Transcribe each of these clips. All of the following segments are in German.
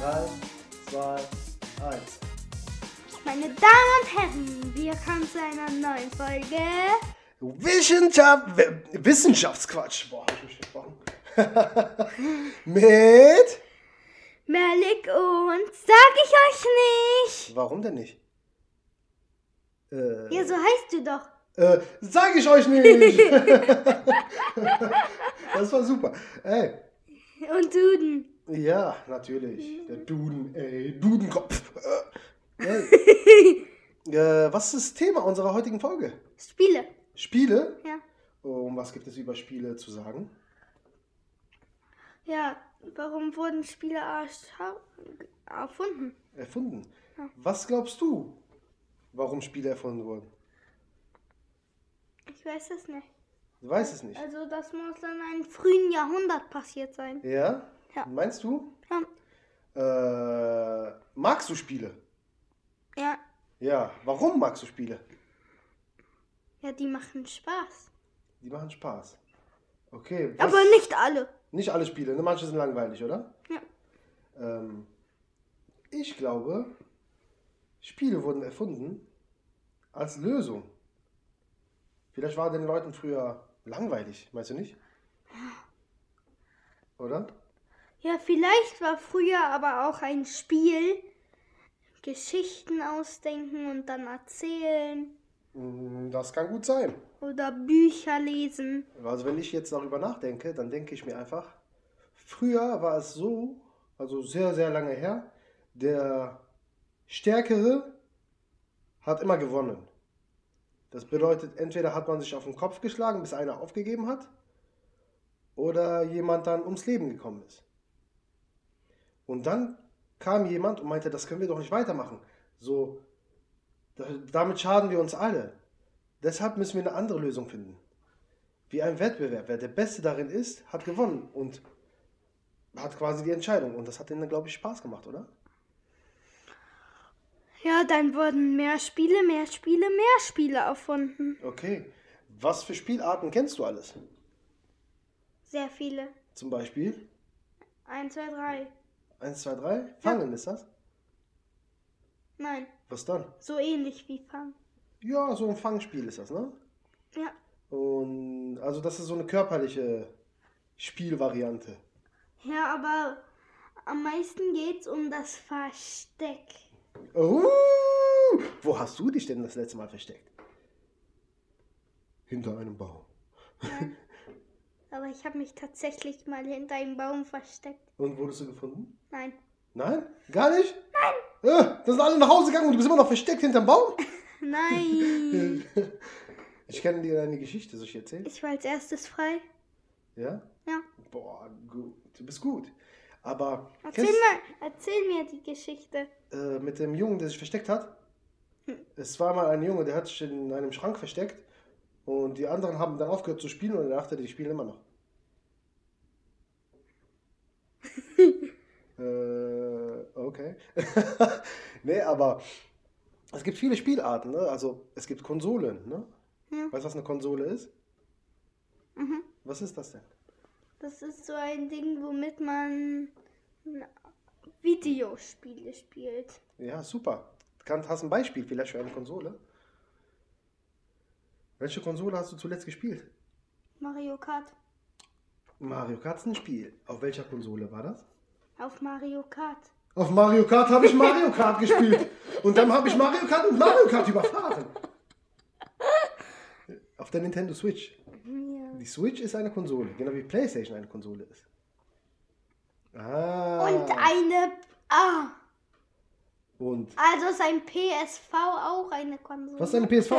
3, 2, 1. Meine Damen und Herren, wir kommen zu einer neuen Folge. Wissenschaft, W- Wissenschaftsquatsch. Boah, hab ich mich versprochen. Mit. Merlik und sag ich euch nicht. Warum denn nicht? Äh, Ja, so heißt du doch. äh, sag ich euch nicht! das war super. Ey, Und hm, Duden. ja, natürlich. Der Duden, ey, Dudenkopf. Äh, äh, äh, was ist das Thema unserer heutigen Folge? Spiele. Spiele? Ja. Um was gibt es über Spiele zu sagen? Ja, warum wurden Spiele ersta- erfunden? Erfunden. Ja. Was glaubst du, warum Spiele erfunden wurden? Ich weiß es nicht. Du weißt es nicht. Also, das muss in einem frühen Jahrhundert passiert sein. Ja? Äh, Ja. Meinst du? Ja. Äh, magst du Spiele? Ja, Ja. Warum magst du Spiele? ja die machen Spaß. Die machen Spaß. Okay. was- Aber nicht alle. Nicht alle Spiele, ne? manche sind langweilig, oder? Ja. Ähm, ich glaube, Spiele wurden erfunden als Lösung. Vielleicht war den Leuten früher langweilig, meinst du nicht? Oder? Ja, vielleicht war früher aber auch ein Spiel. Geschichten ausdenken und dann erzählen. Mm, Das kann gut sein. Oder Bücher lesen. Also wenn ich jetzt darüber nachdenke, dann denke ich mir einfach, früher war es so, also sehr, sehr lange her, der Stärkere hat immer gewonnen. Das bedeutet, entweder hat man sich auf den Kopf geschlagen, bis einer aufgegeben hat, oder jemand dann ums Leben gekommen ist. Und dann kam jemand und meinte, das können wir doch nicht weitermachen. So, da- damit schaden wir uns alle. Deshalb müssen wir eine andere Lösung finden wie ein Wettbewerb. Wer der Beste darin ist, hat gewonnen und hat quasi die Entscheidung. Und das hat ihnen, glaube ich, Spaß gemacht, oder? Ja, dann wurden mehr Spiele, mehr Spiele, mehr Spiele erfunden. Okay. Was für Spielarten kennst du alles? Sehr viele. Zum Beispiel Eins, zwei, drei. 1, 2, 3, Fangen ist das? Nein, Was dann? so ähnlich wie Fang. Ja, so ein Fangspiel ist das, ne? Ja, Und also das ist so eine körperliche Spielvariante. ja aber am meisten geht's um das Versteck. Uh, wo hast du dich denn das letzte Mal versteckt? Hinter einem Baum. Aber ich habe mich tatsächlich mal hinter einem Baum versteckt. Und wurdest du gefunden? Nein. Nein? Gar nicht? Nein! Äh, da sind alle nach Hause gegangen und du bist immer noch versteckt hinterm Baum? Nein. Ich kann dir eine Geschichte, soll ich die erzählen? ich war als erstes frei. Ja? Ja. Boah, gut. Du bist gut. Aber Erzähl, kennst, mal, erzähl mir die Geschichte. äh, mit dem Jungen, der sich versteckt hat? Hm. Es war mal ein Junge, der hat sich in einem Schrank versteckt und die anderen haben dann aufgehört zu spielen und er dachte, die spielen immer noch. äh, okay. nee, aber es gibt viele Spielarten, ne? Also es gibt Konsolen, ne? Ja. Weißt du, was eine Konsole ist? Mhm. Was ist das denn? Das ist so ein Ding, womit man Videospiele spielt. Ja, super. Kann, hast ein Beispiel vielleicht für eine Konsole? Welche Konsole hast du zuletzt gespielt? Mario Kart. Mario Kart ist ein Spiel. Auf welcher Konsole war das? Auf Mario Kart. Auf Mario Kart habe ich Mario Kart gespielt. Und dann habe ich Mario Kart und Mario Kart überfahren. Auf der Nintendo Switch. Ja. Die Switch ist eine Konsole, genau wie PlayStation eine Konsole ist. Ah. Und eine. Ah! Und Also ist ein PSV auch eine Konsole. was ist eine PSV?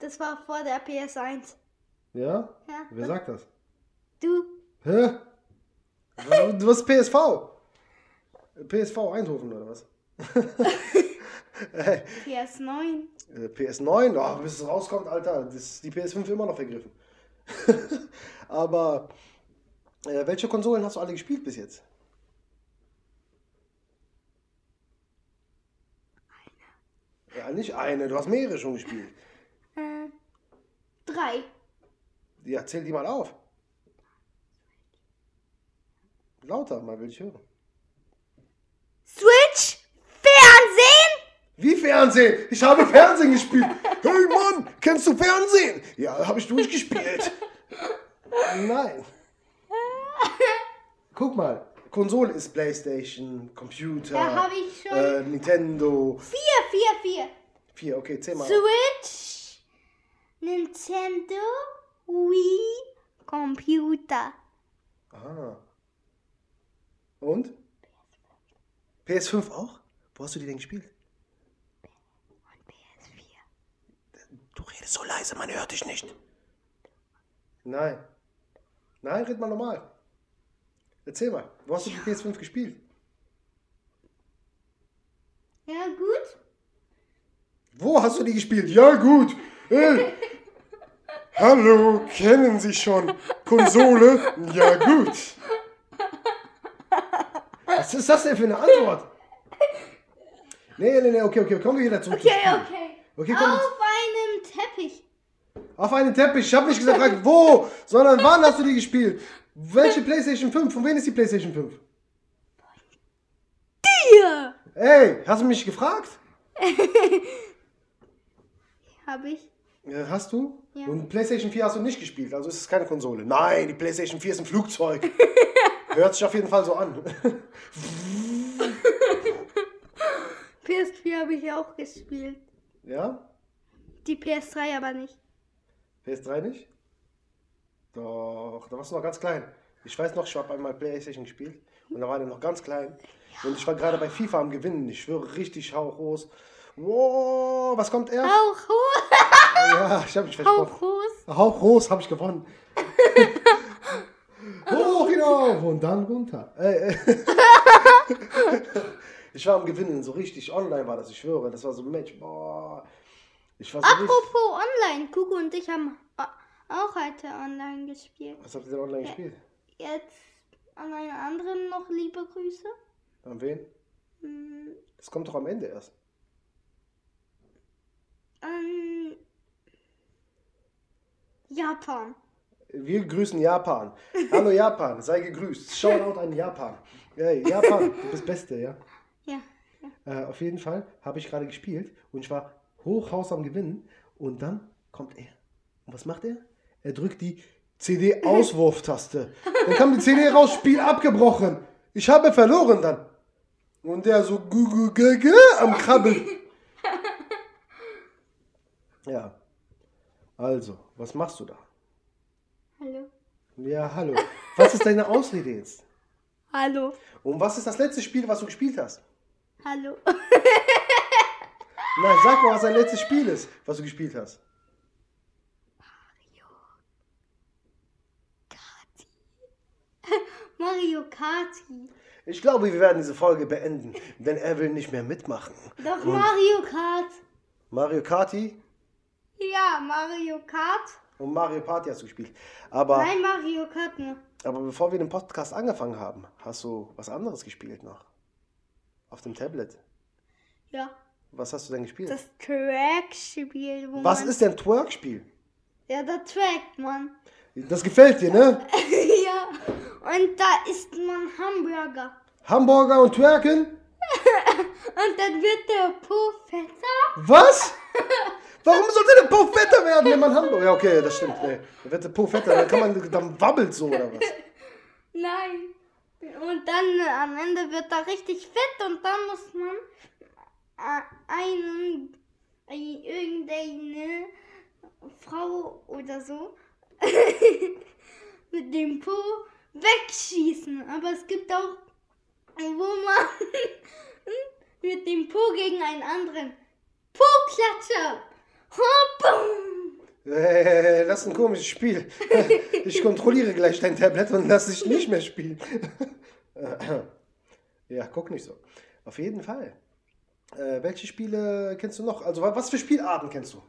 Das war vor der PS1. Ja? Ja. Wer sagt das? Du. Hä? Was was ist PSV? PSV Eindhoven oder was? Ey, PS9. äh, PS9, oh, bis es rauskommt, Alter, das ist die PS5 immer noch vergriffen. Aber äh, welche Konsolen hast du alle gespielt bis jetzt? Eine. Ja, nicht eine, du hast mehrere schon gespielt. Äh, drei. Ja, zähl die mal auf. Lauter mal, will ich hören. Switch? Fernsehen? Wie Fernsehen? Ich habe Fernsehen gespielt. Hey Mann, kennst du Fernsehen? Ja, habe ich durchgespielt. Nein. Guck mal, Konsole ist Playstation, Computer, Da habe ich schon äh, Nintendo. vier, vier, vier. Vier, okay, zehnmal. Switch, Nintendo, Wii, Computer. Ah. Und? PS5 auch? Wo hast du die denn gespielt? und PS4. Du redest so leise, man hört dich nicht. Nein. Nein, red mal normal. Erzähl mal, wo hast du die PS5 gespielt? Ja, gut. Wo hast du die gespielt? Ja, gut. Hey. Hallo, kennen Sie schon Konsole? Ja, gut. Was ist das denn für eine Antwort? Nee, nee, nee, okay, okay, kommen wir wieder zurück. zum Okay, Spiel. okay. Okay, komm, jetzt- Auf einem Teppich. Auf einen Teppich. Ich habe nicht gesagt, wo, sondern wann hast du die gespielt? Welche PlayStation 5? Von wem ist die PlayStation 5? Hier. Ey, hast du mich gefragt? Habe ich. Äh, Hast du? Ja. Und PlayStation 4 hast du nicht gespielt, also ist es keine Konsole. Nein, die PlayStation 4 ist ein Flugzeug. Hört sich auf jeden Fall so an. PS4 habe ich auch gespielt. ja? Die PS3 aber nicht. PS3 nicht? Doch, da warst du noch ganz klein. Ich weiß noch, ich habe einmal PlayStation gespielt und da war der noch ganz klein. Und ich war gerade bei FIFA am Gewinnen. Ich schwöre, richtig hauchgroß. Wow, was kommt er? Auch hoch. Ja, ich habe mich versprochen. Auch groß. Hauch groß habe ich gewonnen. Hoch hinauf und dann runter. Äh, äh. ich war am Gewinnen, so richtig online war das, ich schwöre. Das war so ein Match. Boah. Ich war so richtig. Apropos online. Kuku und ich haben äh, auch heute online gespielt. Was habt ihr denn online gespielt? Jetzt an einen anderen noch liebe Grüße. An wen? Hm, Das kommt doch am Ende erst. An Japan. Wir grüßen Japan. Hallo Japan, sei gegrüßt. Shoutout an Japan. Hey, Japan, du bist Beste, ja? Ja. Äh, auf jeden Fall habe ich gerade gespielt und ich war hochhaus am Gewinnen und dann kommt er. Und was macht er? Er drückt die CD-Auswurftaste. Dann kam die CD raus, Spiel abgebrochen. Ich habe verloren dann. Und der so gu, gu, gu, gu, am Krabbeln. Ja. Also, was machst du da? Hallo. Ja, hallo. Was ist deine Ausrede jetzt? Hallo. Und was ist das letzte Spiel, was du gespielt hast? Hallo. Nein, sag mal, was dein letztes Spiel ist, was du gespielt hast. Mario Karti. Ich glaube, wir werden diese Folge beenden, denn er will nicht mehr mitmachen. Doch Und- Mario Kart. Mario Karti Ja, Mario Kart. und um Mario Party hast du gespielt. Aber, Nein, Mario Kart ne. nur. aber bevor wir den Podcast angefangen haben, hast du was anderes gespielt noch. Auf dem Tablet. Ja. Was hast du denn gespielt? Das Track-Spiel, wo was man. ist denn Twerk-Spiel? Ja, da trackt man. Das gefällt dir, ne? ja. Und da isst man Hamburger. Hamburger und Twerken? Und dann wird der Po fetter. Was? Warum sollte der Po fetter werden, wenn man Hamburger... Ja, okay, das stimmt. Ne. Dann wird der Po fetter, dann, kann man, dann wabbelt so oder was? Nein. Und dann äh, am Ende wird er richtig fett und dann muss man äh, einen, ein- irgendeine Frau oder so mit dem Po wegschießen. Aber es gibt auch, wo man mit dem Po gegen einen anderen Po-Klatscher. Hopp! Äh, das ist ein komisches Spiel. Ich kontrolliere gleich dein Tablet und lass dich nicht mehr spielen. Ja, guck nicht so. Auf jeden Fall. Äh, welche Spiele kennst du noch? Also, wa- was für Spielarten kennst du?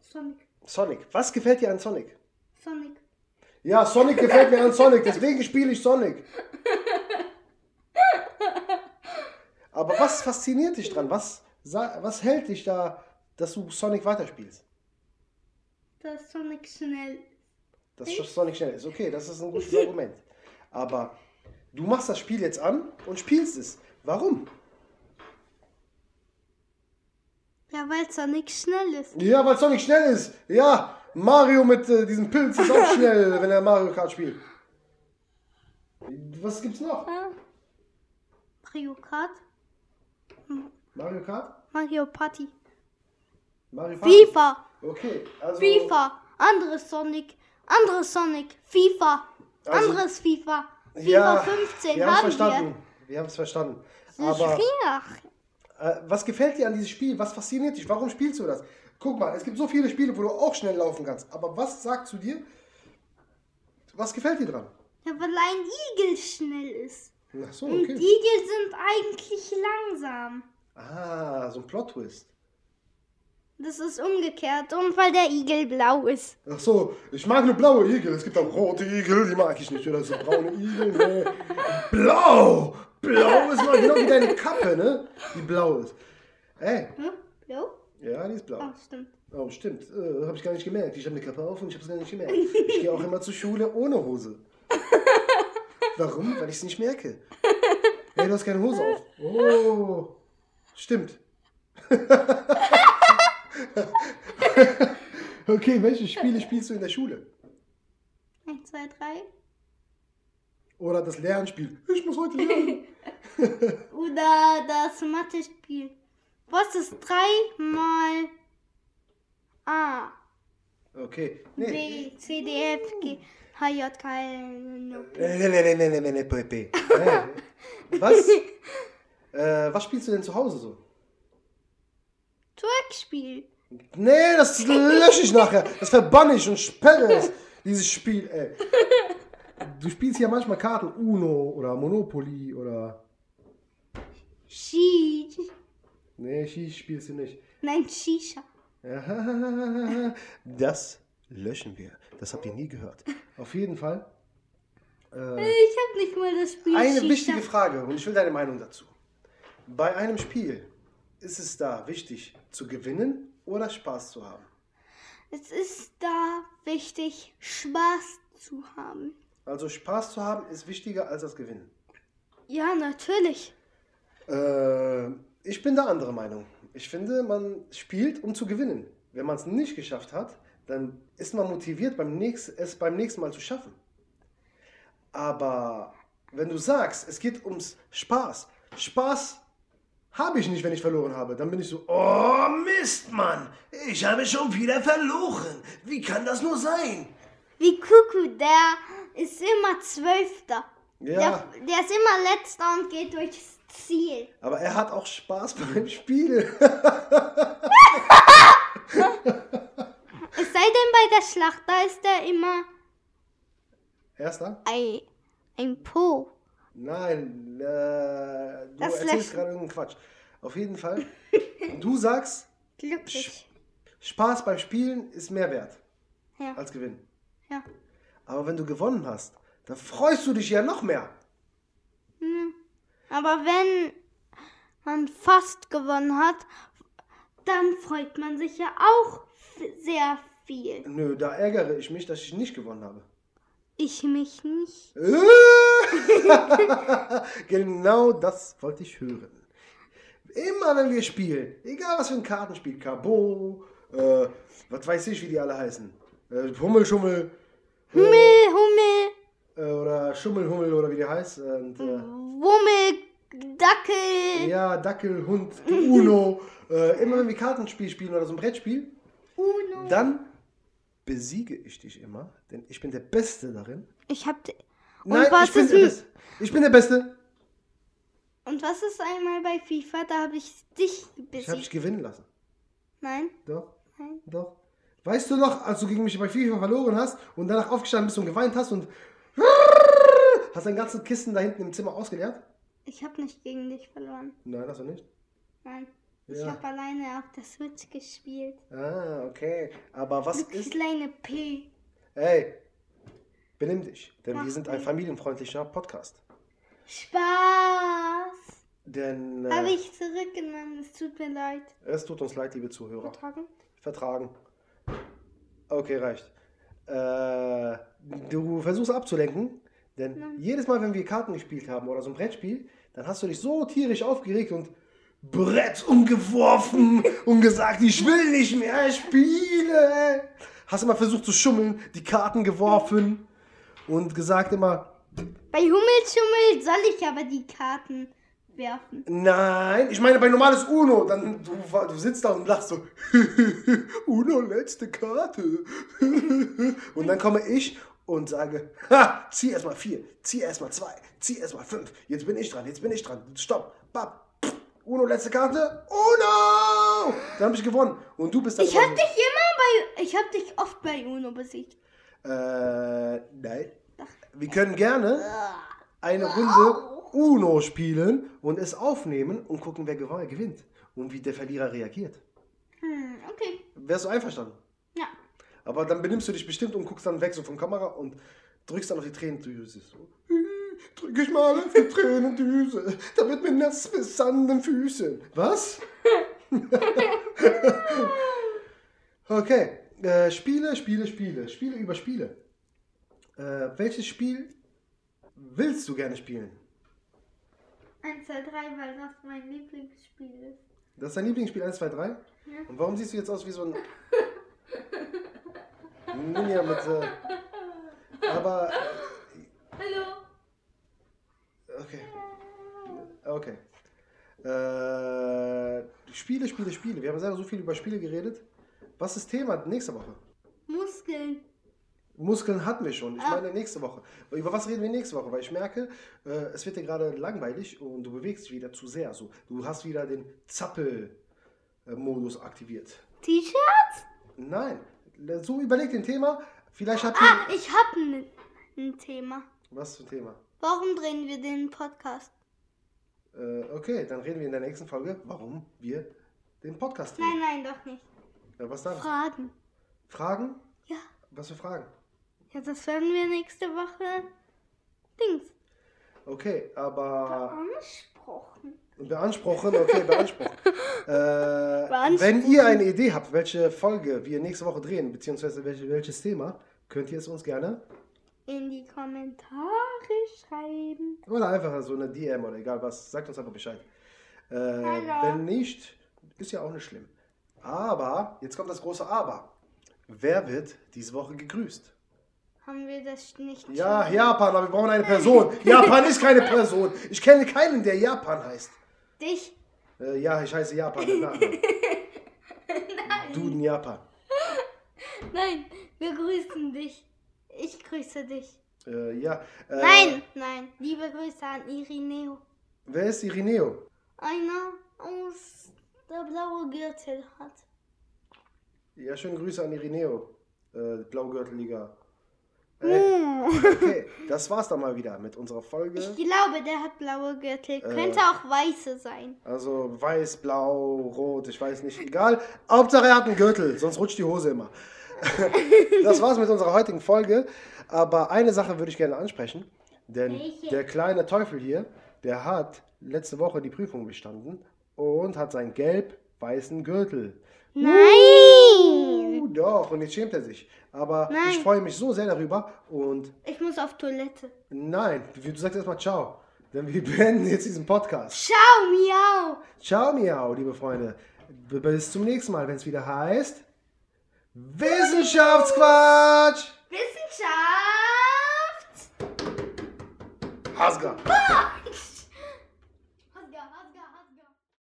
Sonic, Sonic. Was gefällt dir an Sonic? Sonic. Ja, Sonic gefällt mir an Sonic, deswegen spiele ich Sonic. Aber was fasziniert dich dran? Was, sa- was hält dich da, dass du Sonic weiterspielst? Das Sonic schnell. Das Schuss doch nicht schnell ist. Okay, das ist ein gutes Argument. Aber du machst das Spiel jetzt an und spielst es. Warum? Ja, weil es doch nichts schnell ist. Ja, weil es doch nicht schnell ist. Ja, Mario mit äh, diesem Pilz ist auch schnell, wenn er Mario Kart spielt. Was gibt's noch? Ja. Mario Kart? Mario Kart? Mario Party. Mario Party? FIFA! Okay, also. FIFA! Anderes Sonic! Anderes Sonic! FIFA! Also- Anderes FIFA! FIFA Ja, 15 wir haben's haben verstanden. Wir, haben es verstanden. wir. Aber Schriach. äh, was gefällt dir an diesem Spiel? Was fasziniert dich? Warum spielst du das? Guck mal, es gibt so viele Spiele, wo du auch schnell laufen kannst. Aber was sagt zu dir? Was gefällt dir dran? Ja, weil ein Igel schnell ist. Ach so, Und okay. Igel sind eigentlich langsam. Ah, so ein Plot-Twist. Das ist umgekehrt. Und weil der Igel blau ist. Ach so, ich mag nur blaue Igel. Es gibt auch rote Igel, die mag ich nicht. Oder so braune Igel. Nee. Blau! Blau ist mal genau wie deine Kappe, ne? Die blau ist. Ey, Hm? Blau? ja, die ist blau. Oh, stimmt. Oh, stimmt. Äh, habe ich gar nicht gemerkt. Ich habe eine Kappe auf und ich habe es gar nicht gemerkt. Ich gehe auch immer zur Schule ohne Hose. Warum? Weil ich es nicht merke. Ey, du hast keine Hose auf. Oh, stimmt. okay, welche Spiele spielst du in der Schule? 1, 2, 3. Oder das Lernspiel. Ich muss heute lernen. Oder das Mathe-Spiel. Was ist 3 mal A, Okay. Nee. B, C, D, F, G, H, J, K, L, N, O, P? Nee, nee, nee, nee, nee, nee, nee, nee, nee. Hey, Was? Äh, was spielst du denn zu Hause so? Twerk-Spiel. Nee, das lösche ich nachher. Das verbanne ich und sperre es. Dieses Spiel, ey. Du spielst ja manchmal Karten Uno oder Monopoly oder. Shisha. Nee, Schieß spielst du nicht. Nein, Shisha. Ja, Das löschen wir. Das habt ihr nie gehört. Auf jeden Fall. Äh, Ich hab nicht mal das Spiel eine Shisha. wichtige Frage und ich will deine Meinung dazu. Bei einem Spiel ist es da wichtig zu gewinnen oder Spaß zu haben? Es ist da wichtig, Spaß zu haben. Also Spaß zu haben ist wichtiger als das Gewinnen. Ja, natürlich. Äh, ich bin da anderer Meinung. Ich finde, man spielt, um zu gewinnen. Wenn man es nicht geschafft hat, dann ist man motiviert, beim nächst, es beim nächsten Mal zu schaffen. Aber wenn du sagst, es geht ums Spaß, Spaß habe ich nicht, wenn ich verloren habe, dann bin ich so, oh Mist, Mann, ich habe schon wieder verloren. Wie kann das nur sein? Wie Kuku, der ist immer Zwölfter. Ja, Der, der ist immer Letzter und geht durchs Ziel. aber er hat auch Spaß beim Spielen. Es sei denn, bei der Schlacht, da ist er immer Erster? ein, ein Po. Nein, äh, du Das erzählst Lächeln. gerade irgendeinen Quatsch. Auf jeden Fall, du sagst, Glücklich. Spaß beim Spielen ist mehr wert Ja, als Gewinn. ja. Aber wenn du gewonnen hast, dann freust du dich ja noch mehr. Hm. Aber wenn man fast gewonnen hat, dann freut man sich ja auch f- sehr viel. Nö, da ärgere ich mich, dass ich nicht gewonnen habe. Ich mich nicht. genau das wollte ich hören. Immer wenn wir spielen, egal was für ein Kartenspiel, Cabo, äh, was weiß ich, wie die alle heißen, äh, Hummelschummel Hummel, Hummel, äh, oder Schummelhummel oder wie die heißt. Und, äh, Mhm. Wummel, Dackel, Ja, Dackel, Hund, Uno. äh, immer wenn wir Kartenspiel spielen oder so ein Brettspiel, Uno. dann besiege ich dich immer, denn ich bin der Beste darin. Ich hab. d- Und Nein, was ich bin ist der mit- Beste. Ich bin der Beste. Und was ist einmal bei FIFA? Da habe ich dich Ich habe dich besiegt. gewinnen lassen. Nein? Doch, Nein. doch. Weißt du noch, als du gegen mich bei FIFA verloren hast und danach aufgestanden bist und geweint hast und hast deinen ganzen Kissen da hinten im Zimmer ausgeleert? Ich habe nicht gegen dich verloren. Nein, hast du nicht. Nein. Ich Ja. habe alleine auf der Switch gespielt. Ah, okay. Aber was Du ist. kleine P. Ey, benimm dich, denn wir Mach sind ein ich. familienfreundlicher Podcast. Spaß. Denn. Habe äh, ich zurückgenommen. Es tut mir leid. Es tut uns leid, liebe Zuhörer. Vertragen? Vertragen. Okay, reicht. Äh, du versuchst abzulenken, Denn jedes Mal, wenn wir Karten gespielt haben oder so ein Brettspiel, dann hast du dich so tierisch aufgeregt und Brett umgeworfen und gesagt, ich will nicht mehr spielen. Hast immer versucht zu schummeln, die Karten geworfen und gesagt immer, Bei Hummelschummel soll ich aber die Karten werfen. Nein, ich meine bei normales Uno, dann du, wa- du sitzt da und lachst so, Uno letzte Karte. und dann komme ich und sage, ha, zieh erstmal vier, zieh erstmal zwei, zieh erstmal fünf. Jetzt bin ich dran, jetzt bin ich dran. Stopp, bap, Uno letzte Karte, Uno! Dann habe ich gewonnen und du bist dann Ich immer hab dich immer bei. Ich hab dich oft bei Uno besiegt. so, äh, nein. Wir können gerne Ah, eine Runde Uno spielen und es aufnehmen und gucken, wer gew- gewinnt und wie der Verlierer reagiert. Hm, okay. Wärst du einverstanden? Ja. Aber dann benimmst du dich bestimmt und guckst dann weg so von Kamera und drückst dann auf die Tränendüse. So. Drück ich mal auf die Tränendüse, damit mir nass bis an den Füßen. Was? okay. Äh, Spiele, Spiele, Spiele. Spiele über Spiele. Äh, welches Spiel willst du gerne spielen? 1, 2, 3, weil das mein Lieblingsspiel ist. Das ist dein Lieblingsspiel 1, 2, 3? Und warum siehst du jetzt aus wie so ein. Ninja mit. Äh, aber. äh, Hallo. Okay. Okay. Äh, Spiele, Spiele, Spiele. Wir haben selber so viel über Spiele geredet. Was ist Thema nächste Woche? Muskeln. Muskeln hatten wir schon. Ich Ah. meine nächste Woche. Über was reden wir nächste Woche? Weil ich merke, äh, es wird dir gerade langweilig und du bewegst dich wieder zu sehr. So, du hast wieder den Zappel-Modus aktiviert. T-Shirts? Nein. So überleg den Thema. Vielleicht habt ihr. Ah, ich hab ein, ein Thema. Was für ein Thema? Warum drehen wir den Podcast? Äh, okay, dann reden wir in der nächsten Folge, warum wir den Podcast Nein, drehen. nein, doch nicht. Ja, was dann? Fragen. Fragen? Ja. Was für Fragen? Ja, das werden wir nächste Woche. Dings. Okay, aber Angesprochen. beanspruchen, okay, beanspruchen. äh, Beanspruchen. Wenn ihr eine Idee habt, welche Folge wir nächste Woche drehen, beziehungsweise welche, welches Thema, könnt ihr es uns gerne In die Kommentare schreiben. oder einfach so eine DM oder egal was, sagt uns einfach Bescheid. Äh, Hallo. wenn nicht, ist ja auch nicht schlimm. Aber, jetzt kommt das große Aber. Wer wird diese Woche gegrüßt? Haben wir das nicht Ja, schon? Japan, aber wir brauchen eine Person. Japan ist keine Person. Ich kenne keinen, der Japan heißt. Dich? Äh, ja, ich heiße Japan. mit Nachnamen. Duden Japan. Nein, wir grüßen dich. Ich grüße dich. Äh, ja. Äh, Nein, nein. Liebe Grüße an Irineo. Wer ist Irineo? Einer aus der blaue Gürtel hat. Ja, schöne Grüße an Irineo. Äh, Blaugürtelliga. Äh, Hm. okay, das war's dann mal wieder mit unserer Ich Folge. glaube, der hat blaue Gürtel. Äh. Könnte auch weiße sein. Also weiß, blau, rot, ich weiß nicht, egal. Hauptsache er hat einen Gürtel, sonst rutscht die Hose immer. das war's mit unserer heutigen Folge. Aber eine Sache würde ich gerne ansprechen. Denn Welche? der kleine Teufel hier, der hat letzte Woche die Prüfung bestanden und hat seinen gelb-weißen Gürtel. Nein! Uh, doch, und jetzt schämt er sich. Aber ich Nein. freue mich so sehr darüber. Und Ich muss auf Toilette. nein, du sagst erstmal Ciao. Denn wir beenden jetzt diesen Podcast. Ciao, miau! Ciao, miau, liebe Freunde. B- Bis zum nächsten Mal, wenn es wieder heißt Wissenschaftsquatsch. Wissenschaft! Asgard. Hasga, Hasga, Hasga.